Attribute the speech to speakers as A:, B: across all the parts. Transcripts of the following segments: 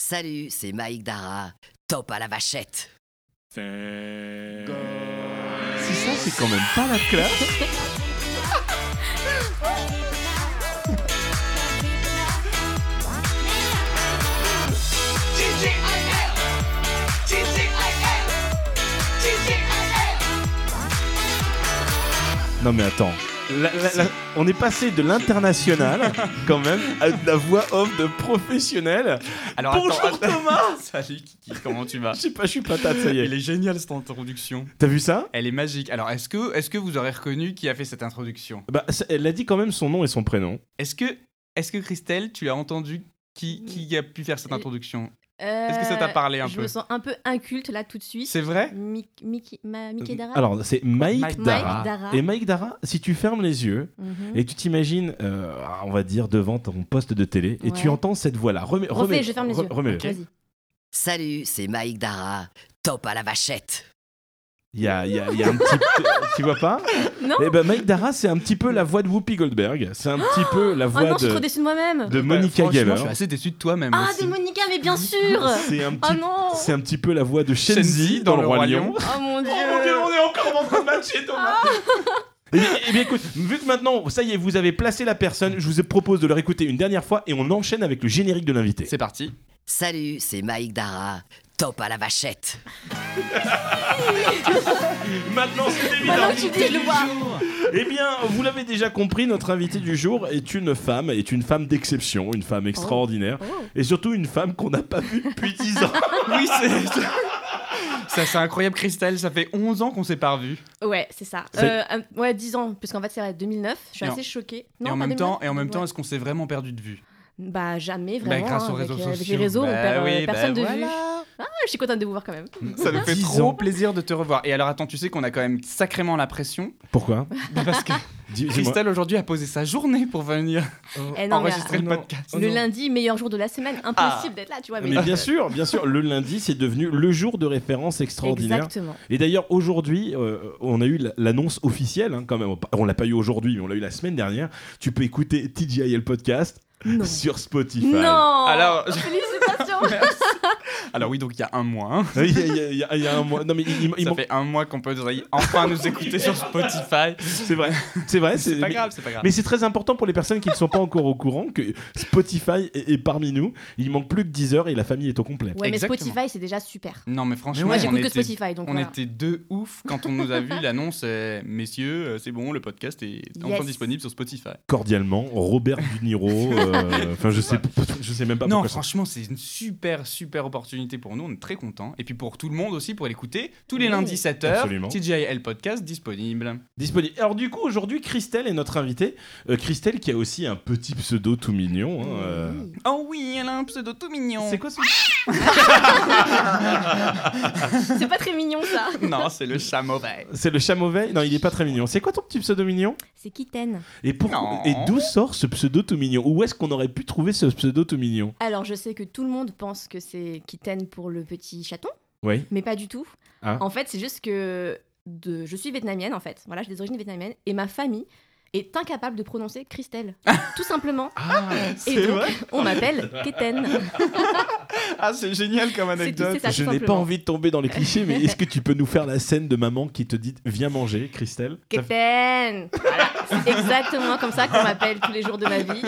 A: Salut, c'est Mike Dara. Top à la vachette.
B: Si ça, c'est quand même pas la classe. Non mais attends. La- la- la- on est passé de l'international, quand même, à de la voix off de professionnel.
C: Alors,
B: Bonjour
C: attends, attends.
B: Thomas
C: Salut Kiki, comment tu vas
B: Je sais pas, je suis patate, ça y
C: Elle
B: est.
C: est géniale cette introduction.
B: T'as vu ça
C: Elle est magique. Alors, est-ce que, est que vous aurez reconnu qui a fait cette introduction
B: Bah, ça- elle a dit quand même son nom et son prénom.
C: Est-ce que, est que Christelle, tu as entendu qui, qui a pu faire cette introduction Est-ce que ça
D: Euh,
C: t'a parlé un
D: Je
C: peu
D: me sens un peu inculte là tout de suite.
C: C'est vrai
D: Mi- Mickey, ma, Mickey Dara
B: Alors, c'est Mike,
C: Mike
B: Dara.
D: Mike Dara.
B: Et Mike Dara, si tu fermes les yeux
D: Mhm.
B: et tu t'imagines, euh, on va dire, devant ton poste de télé, et tu
D: Ouais.
B: entends cette voix-là. Remets,
D: Refais,
B: remets,
D: je ferme les
B: re-
D: yeux.
B: remets-le.
D: Vas-y.
A: Salut, c'est Mike Dara. Top à la vachette.
B: Il y a, il y a- il y a un petit... peu- tu vois pas
D: Non.
B: Eh ben, Mike Dara, c'est un petit peu la voix de Whoopi Goldberg. C'est un petit peu la
D: Oh
B: voix
D: non, je suis trop
B: de,
D: déçue de moi-même.
B: de Monica
C: Euh, Franchement,
B: Geller.
C: Je suis assez déçu de toi-même.
D: Ah,
C: aussi.
D: de Monica, mais bien sûr
B: C'est un
D: Oh
B: petit,
D: non
B: c'est un petit peu la voix de Shenzi dans, le Roi Lion.
D: Oh mon dieu
B: est encore en train de matcher Thomas. Eh bien, eh bien, écoute, vu que maintenant, ça y est, vous avez placé la personne, je vous propose de leur écouter une dernière fois et on enchaîne avec le générique de l'invité.
C: C'est parti.
A: Salut, c'est Mike Dara. Top à la vachette.
B: Maintenant, c'est
D: Maintenant que tu dis, je le vois.
B: Eh bien, vous l'avez déjà compris, notre invité du jour est une femme, est une femme d'exception, une femme extraordinaire
D: Oh.
B: et surtout une femme qu'on n'a pas vue depuis 10 ans.
C: Oui, c'est. ça, c'est incroyable, Christelle. Ça fait 11 ans qu'on s'est pas revus.
D: Ouais, c'est ça.
B: C'est-
D: Euh, un- ouais, 10 ans, parce qu'en fait, c'est vrai, 2009. Je suis
C: Et en-
D: assez choquée.
C: et
D: Non,
C: en
D: pas
C: même temps,
D: 2009.
C: et en même temps,
D: Ouais.
C: est-ce qu'on s'est vraiment perdu de vue
D: Bah, jamais vraiment.
C: Bah, grâce
D: hein,
C: aux réseaux
D: avec, euh,
C: sociaux.
D: avec les réseaux, on
C: Bah
D: perd euh,
C: oui, bah
D: personne de vue.
C: voilà. Oh
D: Ah, je suis contente de vous voir quand même.
C: Ça nous fait
B: 10
C: trop
B: ans.
C: plaisir de te revoir. Et alors, attends, tu sais qu'on a quand même sacrément la pression
B: Pourquoi
C: bah, parce que
B: Dis- dis-moi.
C: Christelle aujourd'hui a posé sa journée pour venir
D: Eh non, mais,
C: enregistrer
D: ah,
C: le
D: non.
C: podcast.
D: Le lundi, meilleur jour de la semaine.
C: Ah.
D: Impossible d'être là, tu vois.
B: Mais bien sûr, bien sûr, le lundi c'est devenu le jour de référence extraordinaire.
D: Exactement.
B: Et d'ailleurs aujourd'hui, euh, on a eu l- l'annonce officielle hein, quand même. On l'a pas eu aujourd'hui, mais on l'a eu la semaine dernière. Tu peux écouter TGIL podcast
D: Non.
B: sur Spotify.
D: Non
C: Alors, je-
D: Félicitations
C: Alors oui, donc il y a un mois. hein.
B: Il y a, il y a- il y a- il y a un mois. Non mais il, il- il
C: Ça
B: manque-
C: fait un mois qu'on peut enfin nous écouter sur Spotify.
B: c'est vrai, c'est vrai.
C: C'est pas
B: mais-
C: grave, c'est pas grave.
B: Mais c'est très important pour les personnes qui ne sont pas encore au courant que Spotify est, est parmi nous. Il manque plus que 10 heures et la famille est au complet.
D: Ouais,
C: Exactement.
D: mais Spotify, c'est déjà super.
C: Non, mais franchement,
D: Moi,
C: on,
D: j'écoute que
C: était,
D: Spotify, donc
C: on
D: voilà.
C: était deux ouf quand on nous a vu l'annonce. euh, messieurs, euh, c'est bon, le podcast est enfin
D: Yes.
C: disponible sur Spotify.
B: Cordialement, Robert De Niro. euh, Enfin, je sais, je sais même pas.
C: non,
B: pourquoi ça-
C: franchement, c'est une super, super opportunité pour nous. On est très contents. Et puis pour tout le monde aussi, pour l'écouter tous les
D: Oui.
C: lundis 7h,
B: Absolument.
C: TJL Podcast disponible.
B: Disponible. Alors du coup, aujourd'hui, Christelle est notre invitée. Euh, Christelle qui a aussi un petit pseudo tout mignon. hein, euh.
D: Oui.
C: Oh oui, elle a un pseudo tout mignon.
B: C'est quoi
D: Ah,
B: ce
D: C'est pas très mignon ça.
C: Non, c'est le chat mauvais.
B: C'est le chat mauvais Non, il est pas très mignon. C'est quoi ton petit pseudo mignon
D: C'est Kitten.
B: Et, pour...
C: Non.
B: Et d'où sort ce pseudo tout mignon Où est-ce qu'on aurait pu trouver ce pseudo tout mignon
D: Alors je sais que tout le monde pense que c'est Kitten pour le petit chaton,
B: Oui.
D: mais pas du tout.
B: Ah.
D: En fait, c'est juste que de... je suis vietnamienne en fait. Voilà, j'ai des origines vietnamiennes et ma famille est incapable de prononcer Christelle. tout simplement.
B: Ah,
D: Et donc, on m'appelle Kitten.
C: Ah, c'est génial comme
D: C'est tout,
C: anecdote.
D: c'est ça,
B: Je
D: tout
B: n'ai pas
D: simplement.
B: envie de tomber dans les clichés, mais est-ce que tu peux nous faire la scène de maman qui te dit Viens manger, Christelle Ça fait-
D: Keten Voilà, c'est exactement comme ça qu'on m'appelle tous les jours de ma vie.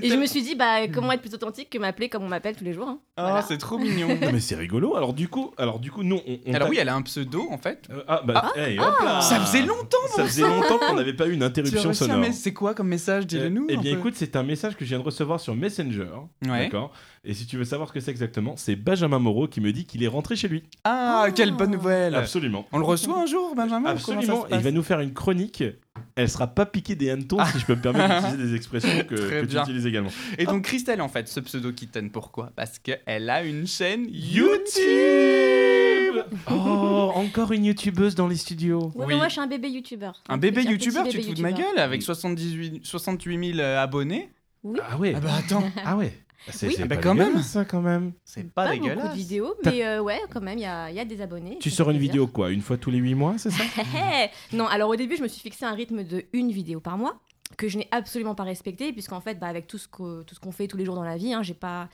D: Et je me suis dit, bah, comment être plus authentique que m'appeler comme on m'appelle tous les jours hein.
C: Ah,
D: Voilà.
C: c'est trop mignon.
B: Non, mais c'est rigolo. Alors du coup, alors du coup, non. On, on
C: Alors
B: t'a-
C: oui, elle a un pseudo en fait.
B: Euh, ah bah, hey, hop là.
C: Ça faisait longtemps.
B: Ça faisait longtemps qu'on n'avait pas eu une
C: Tu as
B: interruption
C: reçu un
B: sonore.
C: mess- C'est quoi comme message Dis-le-nous.
B: Eh
C: un
B: bien,
C: peu.
B: écoute, c'est un message que je viens de recevoir sur Messenger.
C: Ouais.
B: D'accord. Et si tu veux savoir ce que c'est exactement, c'est Benjamin Moreau qui me dit qu'il est rentré chez lui.
C: Ah,
D: Ah.
C: quelle bonne nouvelle.
B: Absolument.
C: On le reçoit un jour, Benjamin ou comment ça
B: Absolument.
C: se
B: Et il
C: passe
B: va nous faire une chronique. Elle sera pas piquée des hannetons, si je peux me permettre d'utiliser des expressions que,
C: Très
B: que tu
C: bien.
B: utilises également.
C: Et donc Christelle, en fait, ce pseudo Kitten, pourquoi Parce qu'elle a une chaîne
B: YouTube Oh, encore une youtubeuse dans les studios.
C: Oui.
D: Ouais, mais moi, je suis un bébé youtubeur.
C: Un bébé
D: petit- petit
C: youtubeur, tu te
D: bébé
C: fous de ma
D: youtubeur.
C: gueule, avec 78, 68 000 euh, abonnés.
B: Ah ouais.
C: Ah bah attends,
B: Ah ouais. C'est
D: Oui.
B: c'est
C: Ah bah
B: pas
C: quand
B: dégueulasse,
C: même.
B: ça quand même.
C: c'est pas,
D: Pas, beaucoup
C: Ah, dégueulasse.
D: de vidéos, mais euh, ouais, quand même, il y a, il y a des abonnés.
B: Tu
D: ça
B: sors
D: fait
B: une
D: plaisir.
B: vidéo quoi, une fois tous les 8 mois, c'est ça
D: non, alors au début, je me suis fixé un rythme de une vidéo par mois que je n'ai absolument pas respecté, puisqu'en fait, bah, avec tout ce que- tout ce qu'on fait tous les jours dans la vie, hein, j'ai pas.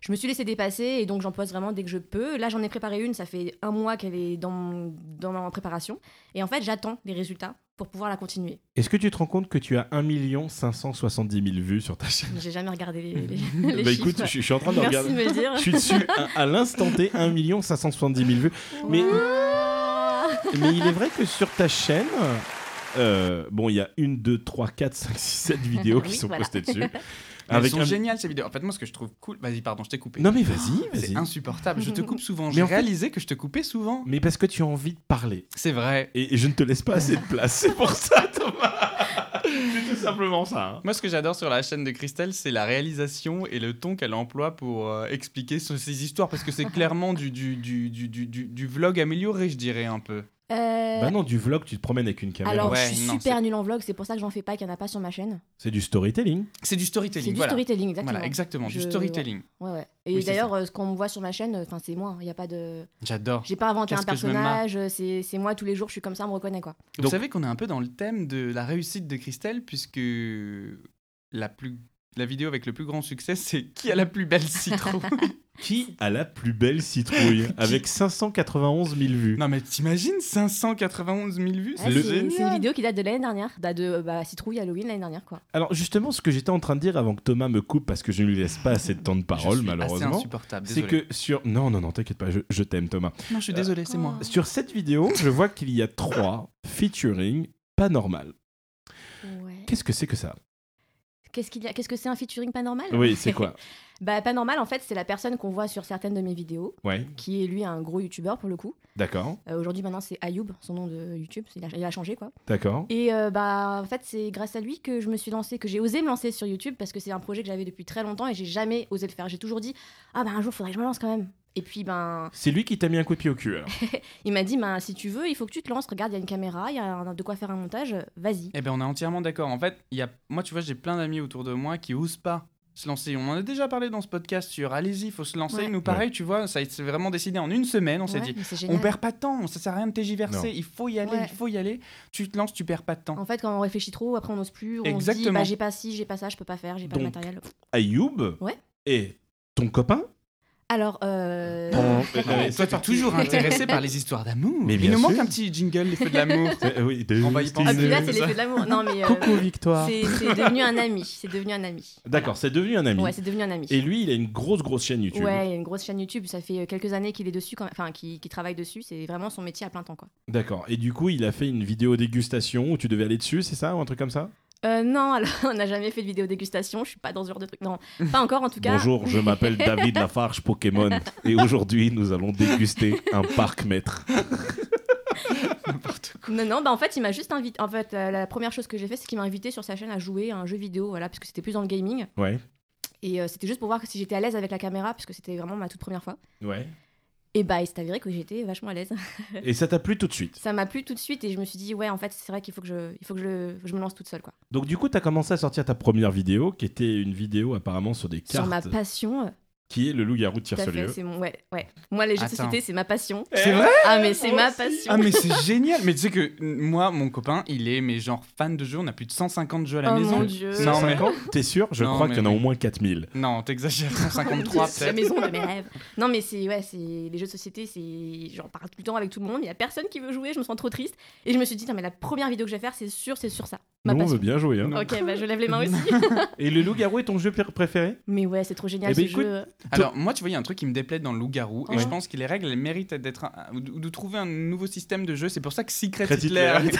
D: je me suis laissée dépasser et donc j'en pose vraiment dès que je peux. Là, j'en ai préparé une, ça fait un mois qu'elle est dans, dans ma préparation. Et en fait, j'attends les résultats pour pouvoir la continuer.
B: Est-ce que tu te rends compte que tu as 1 570 000 vues sur ta chaîne
D: J'ai jamais regardé les, les, les
B: Bah écoute,
D: chiffres.
B: je, je suis en train de
D: Merci
B: regarder.
D: de me le dire.
B: Je suis dessus à, à l'instant T, 1 570 000 vues. Mais,
D: Ouah.
B: mais il est vrai que sur ta chaîne, euh, bon, il y a une, deux, trois, quatre, cinq, six, sept vidéos qui
D: Ah Oui,
B: sont
D: voilà.
B: postées dessus.
C: Mais Elles
B: Avec
C: sont
B: un-
C: géniales ces vidéos. En fait, moi, ce que je trouve cool. Vas-y, pardon, je t'ai coupé.
B: Non mais vas-y, vas-y.
C: C'est insupportable. Je te coupe souvent.
B: Mais
C: J'ai
B: en fait-
C: réalisé que je te coupais souvent.
B: Mais parce que tu as envie de parler.
C: C'est vrai.
B: Et et je ne te laisse pas assez de place, c'est pour ça Thomas C'est tout simplement ça. hein.
C: Moi, ce que j'adore sur la chaîne de Christelle, c'est la réalisation et le ton qu'elle emploie pour euh, expliquer ce- ces histoires, parce que c'est clairement du, du, du, du, du, du- du vlog amélioré, je dirais un peu.
D: Euh,
B: Bah non, du vlog, tu te promènes avec une caméra.
D: alors,
C: Ouais,
D: je suis
C: non,
D: super
C: c'est-
D: nulle en vlog, c'est pour ça que j'en fais pas, qu'il n'y en a pas sur ma chaîne.
B: C'est du storytelling.
C: C'est du storytelling.
D: C'est du
C: voilà.
D: storytelling, exactement.
C: Voilà, exactement, du
D: Je-
C: storytelling.
D: Ouais, ouais. Et
C: Oui, c'est
D: d'ailleurs, euh, ce qu'on me voit sur ma chaîne, enfin, c'est moi. Il y a pas de.
C: J'adore.
D: J'ai pas inventé un
C: Qu'est-ce que je me marre.
D: personnage. euh, C'est c'est moi tous les jours. Je suis comme ça, on me reconnaît quoi.
C: Vous
B: Donc-
C: savez qu'on est un peu dans le thème de la réussite de Christelle, puisque la, plus... la vidéo avec le plus grand succès, c'est qui a la plus belle citrouille
B: Qui a la plus belle citrouille avec 591 000 vues
C: Non, mais t'imagines 591 000 vues
D: Ouais,
C: C'est
D: Ah, c'est
C: génial.
D: c'est une vidéo qui date de l'année dernière, date de euh, bah, Citrouille Halloween l'année dernière quoi.
B: Alors justement, ce que j'étais en train de dire avant que Thomas me coupe parce que je ne lui laisse pas assez de temps de
C: Je
B: parole
C: suis assez
B: malheureusement,
C: insupportable.
B: c'est
C: désolé.
B: que sur... Non, non, non, t'inquiète pas, je, je t'aime Thomas.
C: Non, je suis désolé, c'est moi.
D: Oh.
B: Sur cette vidéo, je vois qu'il y a trois featuring pas normal.
D: Ouais.
B: Qu'est-ce que c'est que ça
D: Qu'est-ce qu'il y a Qu'est-ce que c'est un featuring pas normal
B: Oui, c'est quoi
D: Bah pas normal en fait, c'est la personne qu'on voit sur certaines de mes vidéos,
B: Ouais,
D: qui est lui un gros youtubeur pour le coup.
B: d'accord,
D: Euh, Aujourd'hui maintenant c'est Ayoub, son nom de YouTube, il a, il a changé quoi.
B: d'accord.
D: Et euh, bah en fait c'est grâce à lui que je me suis lancée, que j'ai osé me lancer sur YouTube parce que c'est un projet que j'avais depuis très longtemps et j'ai jamais osé le faire. J'ai toujours dit ah bah un jour faudrait que je me lance quand même. Et puis ben
B: C'est lui qui t'a mis un coup de pied au cul alors.
D: il m'a dit bah si tu veux il faut que tu te lances. Regarde il y a une caméra, il y a un- de quoi faire un montage, vas-y.
C: Eh ben, on est entièrement d'accord. En fait, il y a... moi, tu vois, j'ai plein d'amis autour de moi qui osent pas se lancer. On en a déjà parlé dans ce podcast sur allez-y, faut se lancer.
D: Ouais.
C: Nous, pareil, tu vois, ça s'est vraiment décidé en une semaine. On s'est
D: Ouais,
C: dit,
D: mais c'est
C: on
D: génial.
C: perd pas de temps, ça sert à rien de
B: Non.
C: tégiverser. Il faut y aller,
D: Ouais.
C: il faut y aller. Tu te lances, tu perds pas de temps.
D: En fait, quand on réfléchit trop, après on n'ose plus, on se dit
C: Exactement.
D: bah, j'ai pas ci, j'ai pas ça, je peux pas faire, j'ai pas le
B: Donc.
D: matériel.
B: Ayoub
D: Ouais.
B: et ton copain Ah,
D: Alors, euh,
B: Mais non, mais
C: Toi, t'es toujours intéressé par les histoires d'amour.
B: Mais
C: Il
B: bien
C: nous manque
B: sûr.
C: un petit jingle, les feux de l'amour.
B: Euh, oui, de-
C: On va y
D: ah,
C: penser.
D: puis là,
C: C'est
D: c'est
C: ça.
D: l'effet de l'amour. Non, mais euh,
B: Coucou Victoire.
D: c'est c'est devenu un ami. C'est devenu un ami.
B: D'accord, c'est devenu un ami.
D: Ouais, c'est devenu un ami.
B: Et lui, il a une grosse, grosse chaîne YouTube.
D: Ouais, il y a une grosse chaîne YouTube, ça fait euh, quelques années qu'il est dessus, quand- enfin, qu'il qu'il travaille dessus, c'est vraiment son métier à plein temps, quoi.
B: D'accord. Et du coup, il a fait une vidéo dégustation où tu devais aller dessus, c'est ça Ou un truc comme ça
D: Euh, non, alors, on n'a jamais fait de vidéo dégustation, je suis pas dans ce genre de truc. Non, pas encore en tout cas.
B: Bonjour, je m'appelle David Lafarge Pokémon. Et aujourd'hui, nous allons déguster un parc maître.
D: Non, non, bah en fait, il m'a juste invité. En fait, euh, la première chose que j'ai fait, c'est qu'il m'a invité sur sa chaîne à jouer à un jeu vidéo, voilà, parce que c'était plus dans le gaming.
B: Ouais.
D: Et euh, c'était juste pour voir si j'étais à l'aise avec la caméra, parce que c'était vraiment ma toute première fois.
B: Ouais.
D: Et bah, il s'est avéré que j'étais vachement à l'aise.
B: Et ça t'a plu tout de suite.
D: Ça m'a plu tout de suite et je me suis dit, ouais, en fait, c'est vrai qu'il faut que je, il faut que je, le- je me lance toute seule, quoi.
B: Donc, du coup, t'as commencé à sortir ta première vidéo, qui était une vidéo apparemment sur des
D: Sur ma
B: cartes,
D: passion, euh,
B: qui est le loup-garou de
D: tout à fait,
B: Tire-Solieu.
D: c'est mon, ouais, ouais. Moi, les jeux de
C: Attends.
D: société, c'est ma passion.
C: C'est vrai
D: Ah, mais c'est
B: moi
D: ma
B: aussi.
D: passion.
C: Ah, mais c'est génial. Mais tu sais que moi, mon copain, il est, mais genre, fan de jeux. On a plus de 150 jeux à la
D: Oh
C: maison.
D: mon dieu.
C: Non, mais-
B: 150 T'es sûr Je
C: Non,
B: crois
C: mais
B: qu'il y en a
C: oui.
B: au moins 4000.
C: Non, t'exagères. 153
D: C'est la
C: peut-être.
D: maison de mes rêves. Non, mais c'est ouais, c'est les jeux de société, c'est j'en parle tout le temps avec tout le monde. Il y a personne qui veut jouer, je me sens trop triste. Et je me suis dit, non, mais la première vidéo que je vais faire, c'est sûr, c'est sur ça. Ma
B: Nous, on
D: passion.
B: veut bien jouer. hein.
C: Non.
D: Ok, bah je lève les mains aussi.
B: Et le loup-garou est ton jeu pr- préféré
D: mais ouais, c'est trop génial
B: Eh ben,
D: ce
B: écoute,
D: jeu.
C: Alors, moi, tu vois, il y a un truc qui me déplaît dans le loup-garou, et
D: Ouais.
C: je pense que les règles elles méritent d'être. un- ou de, ou de trouver un nouveau système de jeu. C'est pour ça que Secret
B: Secret
C: Hitler.
B: Hitler.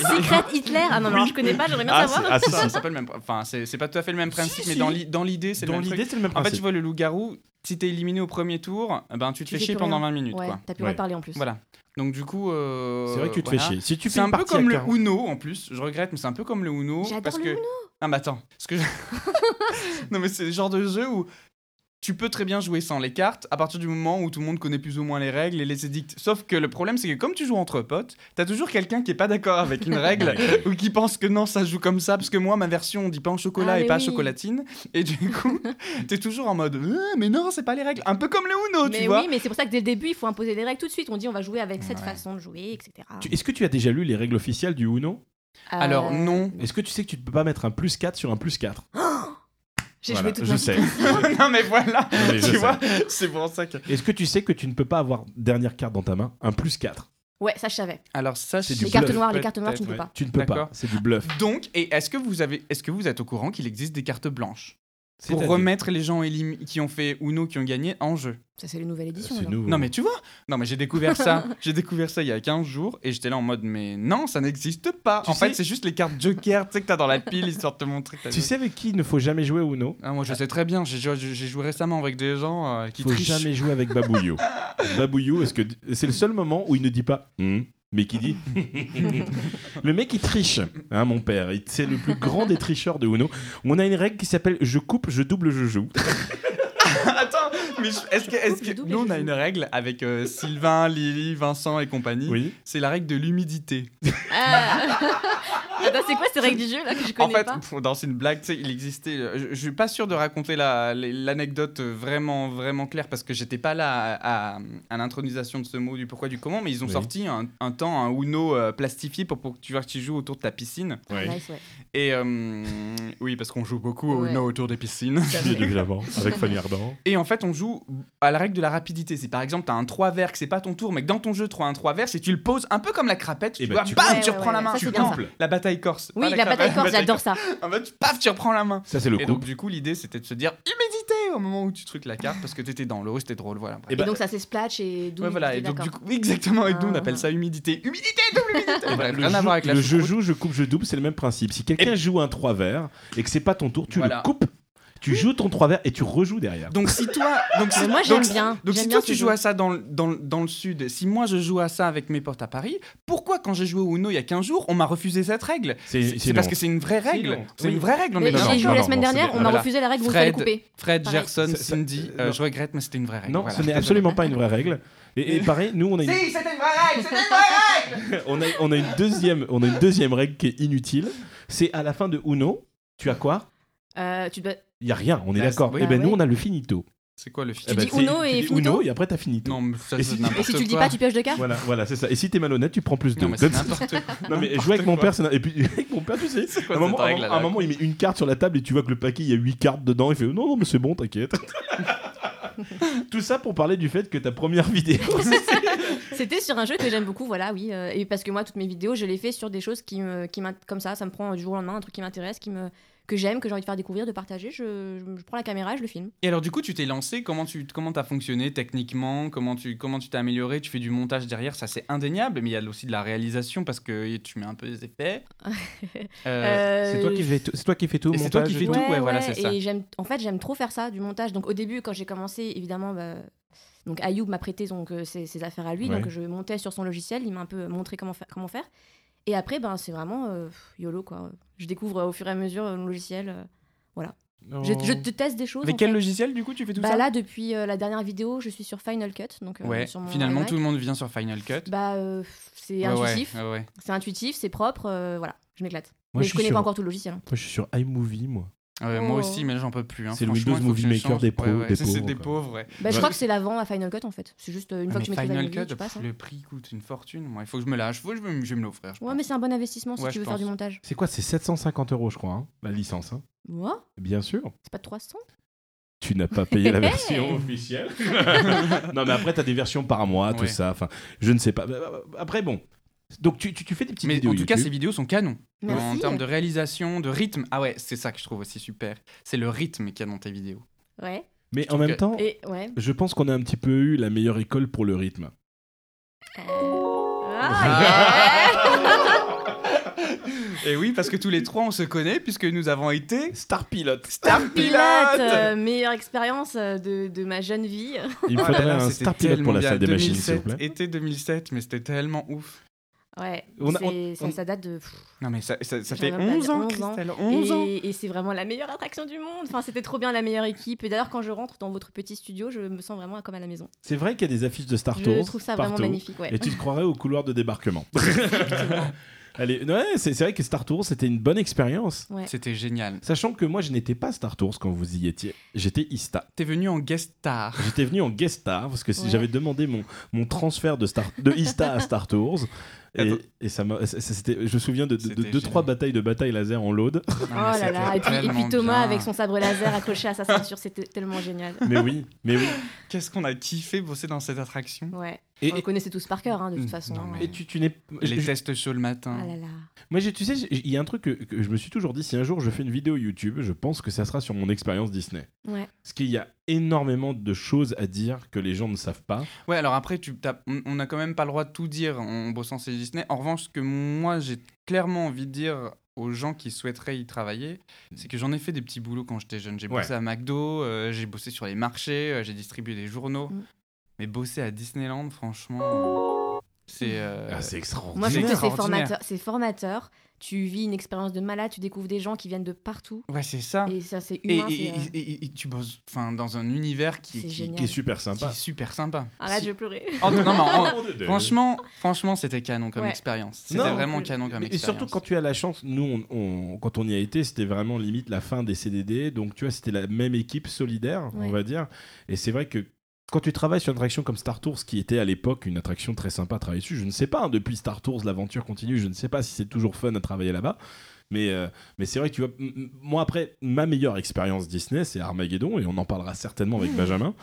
D: Secret Hitler. Ah non, non, alors, je connais pas, j'aimerais bien
B: Ah,
D: savoir.
B: c'est- ah, si,
C: Ça,
B: si.
C: c'est pas le même. Enfin, c'est c'est pas tout à fait le même
B: Si,
C: principe,
B: si.
C: mais dans l'i- dans l'idée, c'est le
B: Dans
C: même truc.
B: l'idée, Ah, c'est le même
C: En fait,
B: principe.
C: tu vois, le loup-garou, si t'es éliminé au premier tour, eh ben, tu te
D: Tu
C: fais
D: fais
C: chier
D: plus
C: pendant
D: rien.
C: 20 minutes.
D: Ouais,
C: Quoi.
D: t'as plus le droit
B: Ouais.
D: de parler en plus.
C: Voilà. Donc, du coup. euh,
B: C'est vrai que tu te
C: voilà.
B: fais chier. Si tu fais
C: C'est
B: une
C: un peu
B: partie
C: comme
B: à
C: le
B: quar-
C: Uno en plus, je regrette, mais c'est un peu comme le Uno.
D: J'adore
C: parce
D: le
C: que...
D: Uno.
C: Ah, bah attends, ce que je- Non, mais c'est le genre de jeu où tu peux très bien jouer sans les cartes à partir du moment où tout le monde connaît plus ou moins les règles et les édicts. Sauf que le problème, c'est que comme tu joues entre potes, t'as toujours quelqu'un qui est pas d'accord avec une règle ou qui pense que non, ça se joue comme ça, parce que moi, ma version, on dit pas en chocolat
D: Ah,
C: et
D: mais
C: pas
D: oui.
C: chocolatine. Et du coup, t'es toujours en mode, Ah, mais non, c'est pas les règles. Un peu comme le Uno, Oh,
D: mais
C: tu
D: oui,
C: vois.
D: mais c'est pour ça que dès le début, il faut imposer des règles tout de suite. On dit on va jouer avec cette
C: Ouais.
D: façon de jouer, Euh, etc.
B: Tu- Est-ce que tu as déjà lu les règles officielles du Uno
D: Euh,
C: Alors non,
B: Est-ce que tu sais que tu ne peux pas mettre un plus 4 sur un plus 4
D: J'ai
B: Voilà,
D: joué toute
B: je
D: ma
B: sais.
D: vie.
C: non mais voilà,
B: Non, mais je
C: tu
B: sais.
C: vois, c'est pour ça que.
B: Est-ce que tu sais que tu ne peux pas avoir dernière carte dans ta main, un plus 4
D: Ouais, ça je savais.
C: Alors ça,
B: C'est
C: je-
B: du
D: Les cartes
B: bluff,
D: noires, les cartes noires, tu ne
C: peut-être,
D: peux
C: ouais.
D: pas.
B: Tu ne peux pas,
C: D'accord.
B: c'est du bluff.
C: Donc, et est-ce que vous avez, est-ce que vous êtes au courant qu'il existe des cartes blanches pour
B: C'est-à-dire-
C: remettre les gens élim- qui ont fait Uno qui ont gagné en jeu
D: Ça, c'est les nouvelles éditions.
B: C'est
D: alors.
B: nouveau.
C: Non mais tu vois Non mais j'ai découvert ça, j'ai découvert ça il y a 15 jours et j'étais là en mode mais non, ça n'existe pas.
B: Tu
C: en
B: sais-
C: fait, c'est juste les cartes joker, tu sais que t'as dans la pile histoire de te montrer. que t'as
B: Tu
C: joué.
B: sais avec qui il ne faut jamais jouer ou non
C: Ah, moi je sais très bien, j'ai joué, j'ai joué récemment avec des gens euh, qui
B: Il faut
C: trichent.
B: jamais jouer avec Babouillou. Babouillou, est-ce que c'est le seul moment où il ne dit pas Hmm mais qui dit le mec il triche hein, mon père Il- c'est le plus grand des tricheurs de Uno on a une règle qui s'appelle je coupe je double je joue
C: Attends, mais je- est-ce que, est-ce
D: Je
C: que
D: double
C: nous
D: et
C: on
D: je
C: a
D: joue.
C: une règle avec euh, Sylvain, Lily, Vincent et compagnie
B: oui
C: C'est la règle de l'humidité.
D: Ah. Attends, c'est quoi ces règles du jeu là que je
C: En
D: connais
C: fait,
D: pas
C: pff, dans une blague, tu sais, il existait. euh, Je, je suis pas sûr de raconter la- l'anecdote vraiment, vraiment claire parce que j'étais pas là à, à- à l'intronisation de ce mot, du pourquoi, du comment. Mais ils ont
B: Oui.
C: sorti un, un temps un Uno euh, plastifié pour, pour que tu vois que tu joues autour de ta piscine.
D: Nice, ouais.
C: Et euh, oui, parce qu'on joue beaucoup au
D: Ouais.
C: Uno autour des piscines.
B: Bien évidemment, avec Fanny Ardant
C: Et en fait, on joue à la règle de la rapidité. Si par exemple, t'as un 3 vert que c'est pas ton tour, mais que dans ton jeu, tu as un 3 vert, si tu le poses un peu comme la crapette,
B: Eh
C: tu,
B: ben,
C: vois,
B: tu
C: bam,
D: coupes.
C: tu
D: Ouais,
C: reprends
D: ouais,
C: la
D: ouais,
C: main.
D: ça, c'est
C: tu
D: bien,
C: coupes. La bataille corse. pas
D: Oui,
C: la
D: la
C: crapette,
D: bataille
C: la
D: corse,
C: bataille
D: j'adore ça.
C: En mode, paf, tu reprends la main.
B: ça c'est le
C: Et
B: coup
C: donc, du coup, l'idée, c'était de se dire humidité au moment où tu truques la carte parce que t'étais dans l'eau, c'était drôle, voilà. bref.
B: Eh
D: Et
B: bah-
D: donc ça c'est splash et double.
C: ouais, voilà, et
D: équité,
C: donc, du
D: d'accord.
C: coup, exactement, et nous, on
D: Ah.
C: appelle ça humidité. Humidité, double humidité Bref,
B: bah, le,
C: Rien
B: jeu,
C: à voir avec la
B: le je
C: choucroute.
B: joue je coupe je double c'est le même principe si quelqu'un joue un 3 verts et que c'est pas ton tour tu
C: Voilà.
B: le coupes tu joues ton 3 verts et tu rejoues derrière
C: Donc, si toi. Donc, si,
D: Mais moi j'aime
C: donc,
D: bien.
C: donc, si
D: J'aime
C: toi,
D: bien
C: tu
D: ce
C: joues
D: jeu.
C: à ça dans, le- dans, le- dans le sud, si moi, je joue à ça avec mes potes à Paris, pourquoi, quand j'ai joué au Uno il y a 15 jours, on m'a refusé cette règle C'est c'est parce que c'est une vraie
B: C'est une
C: règle.
B: honte.
C: C'est
B: Oui.
C: une vraie règle, on
D: Mais
C: est
B: non,
D: j'y ai
B: non,
D: joué
B: non,
D: la
B: non,
D: semaine
B: c'est
D: dernière,
B: bien.
D: on m'a
C: Voilà.
D: refusé la règle, vous
C: Fred,
D: fallait couper.
C: Fred,
D: Pareil.
C: Gerson,
B: Ça- ça-
C: Cindy,
B: euh,
C: euh,
B: non.
C: je regrette, mais c'était une vraie règle.
B: non
C: voilà.
B: ce n'est absolument pas une vraie règle et, et pareil nous on a une
C: Si, c'était une vraie règle, c'était une vraie règle
B: on, a, on a une deuxième, on a une deuxième règle qui est inutile. C'est à la fin de Uno, tu as quoi
D: Euh, tu dois-
B: Il y a rien, on est
C: Bah,
B: d'accord.
C: oui.
B: et ben
D: Bah
B: nous
D: oui.
B: on a le finito.
C: C'est quoi le
B: Eh
C: film
B: ben,
D: dis
B: c'est-
D: Uno et
B: dis
D: finito
B: Uno et après t'as finito.
C: Non, mais ça,
B: Et
C: c'est
B: si-
D: Et
C: n'importe
D: si tu le dis
C: quoi.
D: pas, tu pioches de cartes
B: Voilà, voilà, c'est ça. Et si t'es malhonnête, tu prends plus deux.
C: Non, mais c'est
B: Comme-
C: n'importe quoi.
B: Non, mais jouer avec mon père, c'est na- et puis avec mon père, tu sais, à un moment, à un moment- à un moment, il met une carte sur la table et tu vois que le paquet il y a huit cartes dedans. Il fait non non mais c'est bon, t'inquiète. Tout ça pour parler du fait que ta première vidéo.
D: C'était sur un jeu que j'aime beaucoup, voilà, oui. euh, et parce que moi, toutes mes vidéos, je les fais sur des choses qui me, qui m'int- comme ça, ça me prend euh, du jour au lendemain, un truc qui m'intéresse, qui me, que j'aime, que j'ai envie de faire découvrir, de partager. Je, je- je prends la caméra, et je le filme.
C: Et alors, du coup, tu t'es lancé. Comment tu comment t'as fonctionné techniquement Comment tu comment tu t'es amélioré Tu fais du montage derrière, ça c'est indéniable. Mais il y a aussi de la réalisation parce que tu mets un peu des effets. Euh,
B: C'est toi qui
D: Euh,
B: fais tout, c'est toi qui fais tout.
C: Et c'est toi qui fais tout, ouais, voilà, c'est ça.
D: Et j'aime, en fait, j'aime trop faire ça, du montage. Donc, au début, quand j'ai commencé, évidemment, bah, donc Ayoub m'a prêté donc euh, ses, ses affaires à lui,
B: Ouais.
D: donc je montais sur son logiciel. Il m'a un peu montré comment faire, comment faire. Et après, ben, c'est vraiment euh, pff, yolo quoi. Je découvre euh, au fur et à mesure euh, mon logiciel. euh, je, je te teste des choses.
C: Avec
D: en
C: Oh. quel
D: fait.
C: logiciel du coup tu fais tout
D: bah
C: ça
D: là depuis euh, la dernière vidéo je suis sur Final Cut donc euh,
C: Ouais.
D: sur mon
C: Finalement,
D: iMac.
C: tout le monde vient sur Final Cut.
D: bah euh, c'est
C: Ouais, ouais,
D: intuitif
C: ouais, ouais.
D: c'est intuitif c'est propre euh, voilà je m'éclate
B: Moi,
D: mais
B: je
D: je
B: suis
D: connais
B: sur-
D: pas encore tout le logiciel hein.
B: Moi je suis sur iMovie moi.
C: Ouais, Moi
D: Oh.
C: aussi, mais j'en peux plus. hein.
B: C'est le
C: Franchement,
B: Windows
C: il faut que je
B: Movie Maker
C: change.
B: des pauvres,
C: Ouais, ouais,
B: des
C: ça, c'est
B: pauvres,
C: des
B: quoi.
C: pauvres. ouais. Ah,
D: bah je
B: Ouais.
D: crois que c'est l'avant à Final Cut en fait c'est juste euh, une fois que
C: Mais
D: tu maîtrises
C: Final
D: la vidéo
C: Cut,
D: tu passes
C: pff,
D: hein.
C: le prix coûte une fortune. Moi, il faut que je me lâche. Faut que je me, je vais me l'offrir. je
D: ouais
C: pense.
D: mais c'est un bon investissement si
C: Ouais,
D: tu
C: je
D: veux faire du
C: pense.
D: montage
B: C'est quoi C'est 750 euros je crois hein, la licence. hein.
D: moi
B: Bien sûr.
D: c'est pas de 300
B: tu n'as pas payé la version officielle. non, mais après, tu as des versions par mois, tout
C: Ouais.
B: ça. Enfin, je ne sais pas. Après, bon. Donc, tu, tu- tu fais des petites
C: Mais
B: vidéos.
C: en tout cas, ces
B: YouTube.
C: vidéos sont canon.
D: merci
C: En termes de réalisation, de rythme. Ah ouais, c'est ça que je trouve aussi super. C'est le rythme qu'il y a dans tes vidéos.
D: ouais
B: Mais en
C: trouve
B: même
C: que-
B: temps,
D: et ouais
B: je pense qu'on a un petit peu eu la meilleure école pour le rythme.
D: Euh,
C: Ah.
D: ah, yeah.
C: Et oui, parce que tous les trois, on se connaît, puisque nous avons été
B: Star Pilote.
C: Star
D: Pilote,
C: Pilot
D: euh, meilleure expérience euh, de, de ma jeune vie.
C: Oh
B: Il me faudrait un Star Pilote pour la salle des machines, s'il vous plaît.
C: Été 2007, mais c'était tellement ouf.
D: Ouais,
B: On a- on-
D: c'est- ça,
B: on-
D: ça date de
C: Non, mais ça, ça, ça
D: J'avais
C: fait
D: pas
C: 11 ans,
D: 11 ans.
C: Christelle, 11 ans.
D: Et, et c'est vraiment la meilleure attraction du monde. Enfin, c'était trop bien la meilleure équipe. Et d'ailleurs, quand je rentre dans votre petit studio, je me sens vraiment comme à la maison.
B: C'est vrai qu'il y a des affiches de Star Tours.
D: je trouve ça vraiment
B: partout.
D: magnifique. Ouais.
B: Et tu te croirais au couloir de débarquement. Allez, ouais, c'est c'est vrai que Star Tours, c'était une bonne expérience.
D: Ouais.
C: C'était génial.
B: Sachant que moi, je n'étais pas Star Tours quand vous y étiez. J'étais Ista.
C: T'es venu en guest star.
B: J'étais venu en guest star parce que si
D: Ouais.
B: j'avais demandé mon, mon transfert de, star, de Ista à Star Tours. Et,
C: Attends.
B: et ça m'a- ça- ça- c'était- je me souviens de, de- de
C: C'était
B: deux, trois
C: génial.
B: batailles de bataille laser en l'Aude.
C: Oh
D: Oh là là. Et puis, et puis Thomas avec son sabre laser accroché à sa ceinture, c'était tellement génial.
B: Mais oui, mais oui.
C: Qu'est-ce qu'on a kiffé bosser dans cette attraction
D: Ouais.
B: Et,
D: On le connaissait tous par cœur, hein, de toute façon.
C: Non,
D: hein.
C: mais-
B: et tu, tu n'es.
C: Les
B: je-
C: tests chauds le matin.
D: Ah là là.
B: Moi, j'ai- tu sais, j'ai- il y a un truc que, que je me suis toujours dit si un jour je fais une vidéo YouTube, je pense que ça sera sur mon expérience Disney.
D: Ouais.
B: Parce qu'il y a énormément de choses à dire que les gens ne savent pas.
C: Ouais, alors après, tu t'as- on- on n'a quand même pas le droit de tout dire en bossant chez Disney. En revanche, ce que moi, j'ai clairement envie de dire aux gens qui souhaiteraient y travailler, c'est que j'en ai fait des petits boulots quand j'étais jeune. J'ai
B: Ouais.
C: bossé à McDo, euh, j'ai bossé sur les marchés, euh, j'ai distribué des journaux.
D: Mm.
C: Mais bosser à Disneyland, franchement, euh,
D: Mm.
C: c'est... euh,
B: Ah, c'est extraordinaire.
D: Moi, je trouve que c'est
C: extraordinaire.
D: formateur. C'est formateur. Tu vis une expérience de malade, tu découvres des gens qui viennent de partout.
C: ouais, c'est ça.
D: Et ça, c'est
C: Ah. Et,
D: humain.
C: et-
D: c'est, euh,
C: et- et- et tu bosses enfin, dans un univers qui,
D: C'est
C: qui-
D: génial.
B: qui est super
C: qui est
B: sympa.
C: super sympa.
D: Arrête,
C: Si-
D: je vais pleurer.
C: Oh, non, mais en-
B: Oh, de- de-
C: Franchement, franchement, c'était canon comme
D: Ouais.
C: expérience. C'était
B: Non.
C: vraiment canon comme
B: Mais- Et
C: expérience.
B: surtout quand tu as la chance, nous, on, on- quand on y a été, c'était vraiment limite la fin des CDD. Donc, tu vois, c'était la même équipe solidaire,
D: Ouais.
B: on va dire. Et c'est vrai que quand tu travailles sur une attraction comme Star Tours, qui était à l'époque une attraction très sympa à travailler dessus, je ne sais pas, hein, depuis Star Tours, l'aventure continue, je ne sais pas si c'est toujours fun à travailler là-bas. Mais, euh, mais c'est vrai que tu vois, m- m- moi après, ma meilleure expérience Disney, c'est Armageddon, et on en parlera certainement avec Benjamin.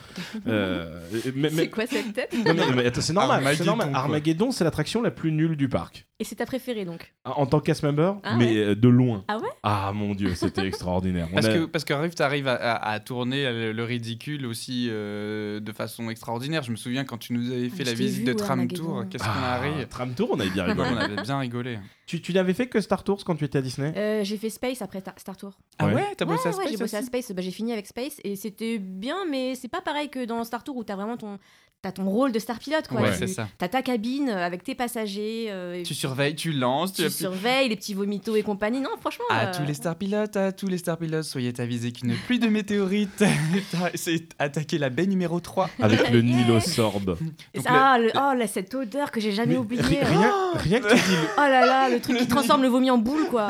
B: Euh, et- mais- mais-
D: C'est quoi cette tête
B: non, mais- mais attends, c'est normal, c'est
C: Armageddon,
B: normal.
C: quoi.
B: Armageddon, c'est l'attraction la plus nulle du parc.
D: Et c'est ta préférée donc
B: En tant que cast member,
D: Ah
B: mais
D: ouais.
B: euh, de loin.
D: Ah ouais
B: Ah mon dieu, c'était extraordinaire. On
C: Parce,
B: a-
C: que, parce que Riff, t'arrives à, à- à tourner le, le ridicule aussi euh, de façon extraordinaire. Je me souviens quand tu nous avais fait
D: Ah,
C: la
D: je t'ai
C: visite
D: vu,
C: de
D: ouais,
C: Tram
D: Armageddon.
C: Tour, qu'est-ce qu'on a
B: Ah,
C: ri
B: Tram Tour, on a bien
C: Ouais,
B: rigolé.
C: On avait bien rigolé.
B: tu tu n'avais fait que Star Tours quand tu étais à Disney
D: Euh, J'ai fait Space après Ta- Star Tour.
C: Ah
B: Ouais.
C: ouais, t'as
D: Ouais,
C: bossé à
D: ouais, j'ai
C: Space
D: bossé à
C: aussi
D: Space. Bah, j'ai fini avec Space et c'était bien, mais c'est pas pareil que dans Star Tour où t'as vraiment ton, t'as ton rôle de star pilote. quoi.
C: Ouais,
D: Tu-
C: c'est ça.
D: T'as ta cabine euh, avec tes passagers, euh, et
C: Tu surveilles, tu lances, tu,
D: tu
C: appuies-
D: surveilles les petits vomitos et compagnie. Non, franchement.
C: À
D: euh,
C: tous les star pilotes, à tous les star pilotes, soyez avisés qu'une pluie de météorites c'est attaquer la baie numéro 3.
B: Avec le
D: Yeah.
B: Nilosorbe.
C: Donc
D: Ah, le- oh là, cette odeur que j'ai jamais
B: Mais
D: oubliée.
B: ri- rien, rien que tu dis.
D: Oh là là, le truc qui transforme le vomi en boule, quoi.